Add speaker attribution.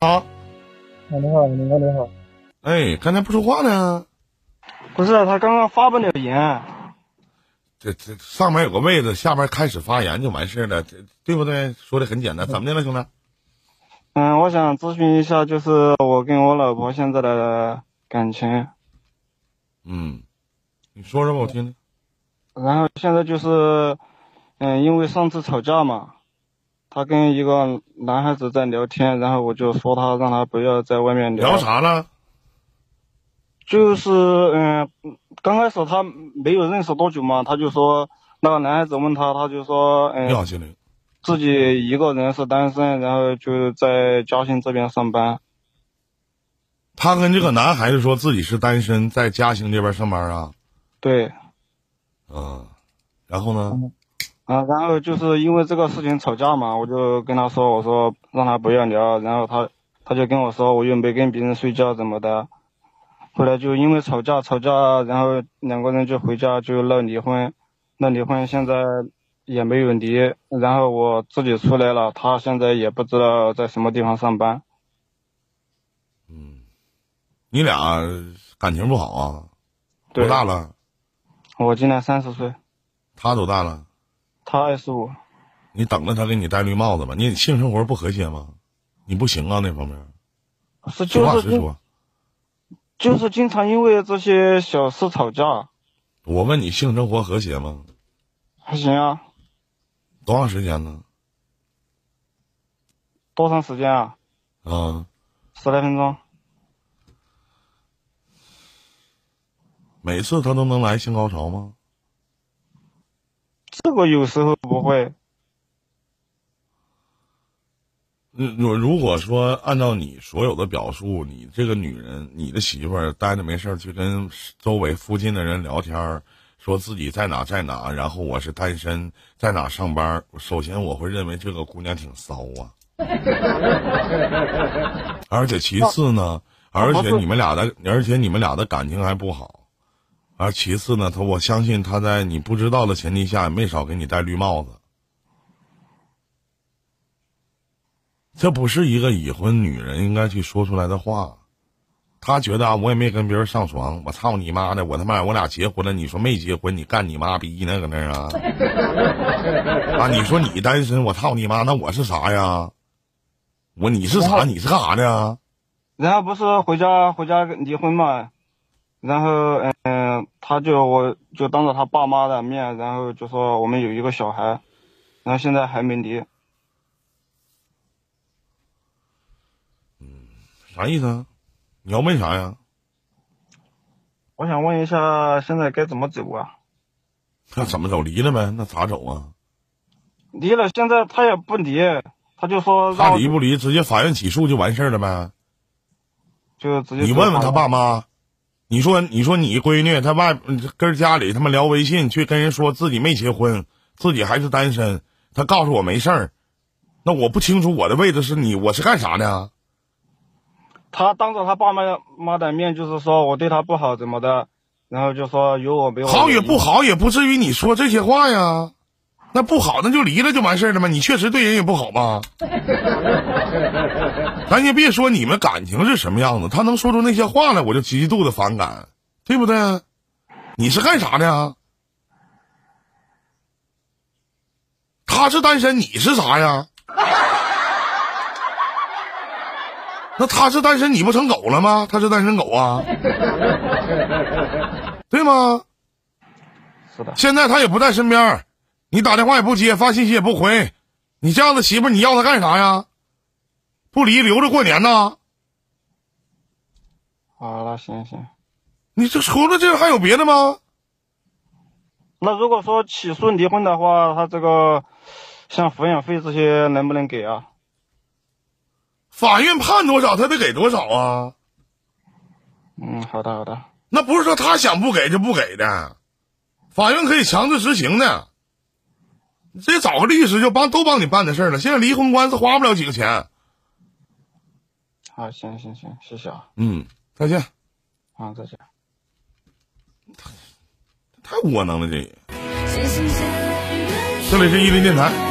Speaker 1: 好，
Speaker 2: 啊，你好，你好，你好。
Speaker 1: 哎，刚才不说话呢，
Speaker 2: 不是，他刚刚发不了言。
Speaker 1: 这这上面有个位置，下面开始发言就完事儿了，这对不对？说的很简单，怎么的了，兄弟？
Speaker 2: 嗯，我想咨询一下，就是我跟我老婆现在的感情。
Speaker 1: 嗯，你说说吧，我听听。
Speaker 2: 然后现在就是，嗯，因为上次吵架嘛，她跟一个男孩子在聊天，然后我就说她，让她不要在外面
Speaker 1: 聊啥了？
Speaker 2: 就是嗯，刚开始他没有认识多久嘛，他就说那个男孩子问他，他就说
Speaker 1: 你
Speaker 2: 嗯，
Speaker 1: 好，心灵。
Speaker 2: 自己一个人是单身，然后就在嘉兴这边上班。
Speaker 1: 他跟这个男孩子说自己是单身，在嘉兴这边上班啊，
Speaker 2: 对，
Speaker 1: 嗯，然后呢？
Speaker 2: 啊，然后就是因为这个事情吵架嘛，我就跟他说，我说让他不要聊，然后他他就跟我说我又没跟别人睡觉怎么的，后来就因为吵架吵架，然后两个人就回家就闹离婚，闹离婚现在也没有离，然后我自己出来了，他现在也不知道在什么地方上班，
Speaker 1: 你俩感情不好啊？
Speaker 2: 对
Speaker 1: 多大了？
Speaker 2: 我今年三十岁，
Speaker 1: 他多大了？
Speaker 2: 他二十五，
Speaker 1: 你等着他给你戴绿帽子吧。你性生活不和谐吗？你不行啊，那方面。
Speaker 2: 是
Speaker 1: 实话
Speaker 2: 就是
Speaker 1: 实
Speaker 2: 经
Speaker 1: 说，
Speaker 2: 就是经常因为这些小事吵架，
Speaker 1: 我问你性生活和谐吗？
Speaker 2: 还行啊，
Speaker 1: 多长时间呢？
Speaker 2: 多长时间啊？
Speaker 1: 啊，
Speaker 2: 十来分钟。
Speaker 1: 每次他都能来性高潮吗？
Speaker 2: 这个有时候不会，
Speaker 1: 嗯，如如果说按照你所有的表述，你这个女人，你的媳妇儿待着没事儿去跟周围附近的人聊天儿，说自己在哪在哪，然后我是单身，在哪上班儿，首先我会认为这个姑娘挺骚 啊，而且其次呢，而且你们俩的，而且你们俩的感情还不好，而其次呢，她我相信她在你不知道的前提下，也没少给你戴绿帽子。这不是一个已婚女人应该去说出来的话。她觉得啊，我也没跟别人上床，我操你妈的，我他妈我俩结婚了，你说没结婚，你干你妈逼呢，搁那 儿啊？啊，你说你单身，我操你妈，那我是啥呀？我你是啥？你是干啥的呀？
Speaker 2: 然后不是回家回家离婚嘛，然后嗯、呃他就我就当着他爸妈的面，然后就说我们有一个小孩，然后现在还没离，
Speaker 1: 啥意思啊？你要问啥呀？
Speaker 2: 我想问一下现在该怎么走啊？
Speaker 1: 那怎么走？离了呗？那咋走啊？
Speaker 2: 离了现在他也不离，他就说让
Speaker 1: 他
Speaker 2: 我
Speaker 1: 离不离，直接法院起诉就完事儿了呗？
Speaker 2: 就直接
Speaker 1: 你
Speaker 2: 走
Speaker 1: 问问他
Speaker 2: 了
Speaker 1: 爸妈，你说你说你闺女在外跟家里他妈聊微信，去跟人说自己没结婚，自己还是单身，他告诉我没事儿，那我不清楚我的位置是你，我是干啥的啊？
Speaker 2: 他当着他爸妈妈的面就是说我对他不好怎么的，然后就说有我没我
Speaker 1: 好与不好也不至于你说这些话呀，那不好那就离了就完事儿了吗？你确实对人也不好吧？咱也别说你们感情是什么样子，他能说出那些话来，我就极度的反感，对不对？你是干啥的呀？他是单身，你是啥呀？那他是单身，你不成狗了吗？他是单身狗啊，对吗？
Speaker 2: 是的，
Speaker 1: 现在他也不在身边儿，你打电话也不接，发信息也不回，你这样的媳妇儿你要她干啥呀？不离留着过年呐？
Speaker 2: 好了行行。
Speaker 1: 你这除了这个还有别的吗？
Speaker 2: 那如果说起诉离婚的话，他这个像抚养费这些能不能给啊？
Speaker 1: 法院判多少，他得给多少啊？
Speaker 2: 嗯，好的好的，
Speaker 1: 那不是说他想不给就不给的，法院可以强制执行的。你直接找个律师就帮都帮你办的事儿了。现在离婚官司花不了几个钱。
Speaker 2: 好，行行行，谢谢啊，
Speaker 1: 嗯，再见。
Speaker 2: 啊，再见。
Speaker 1: 太窝囊了这也。
Speaker 3: 谢谢谁的
Speaker 1: 这里是伊林电台。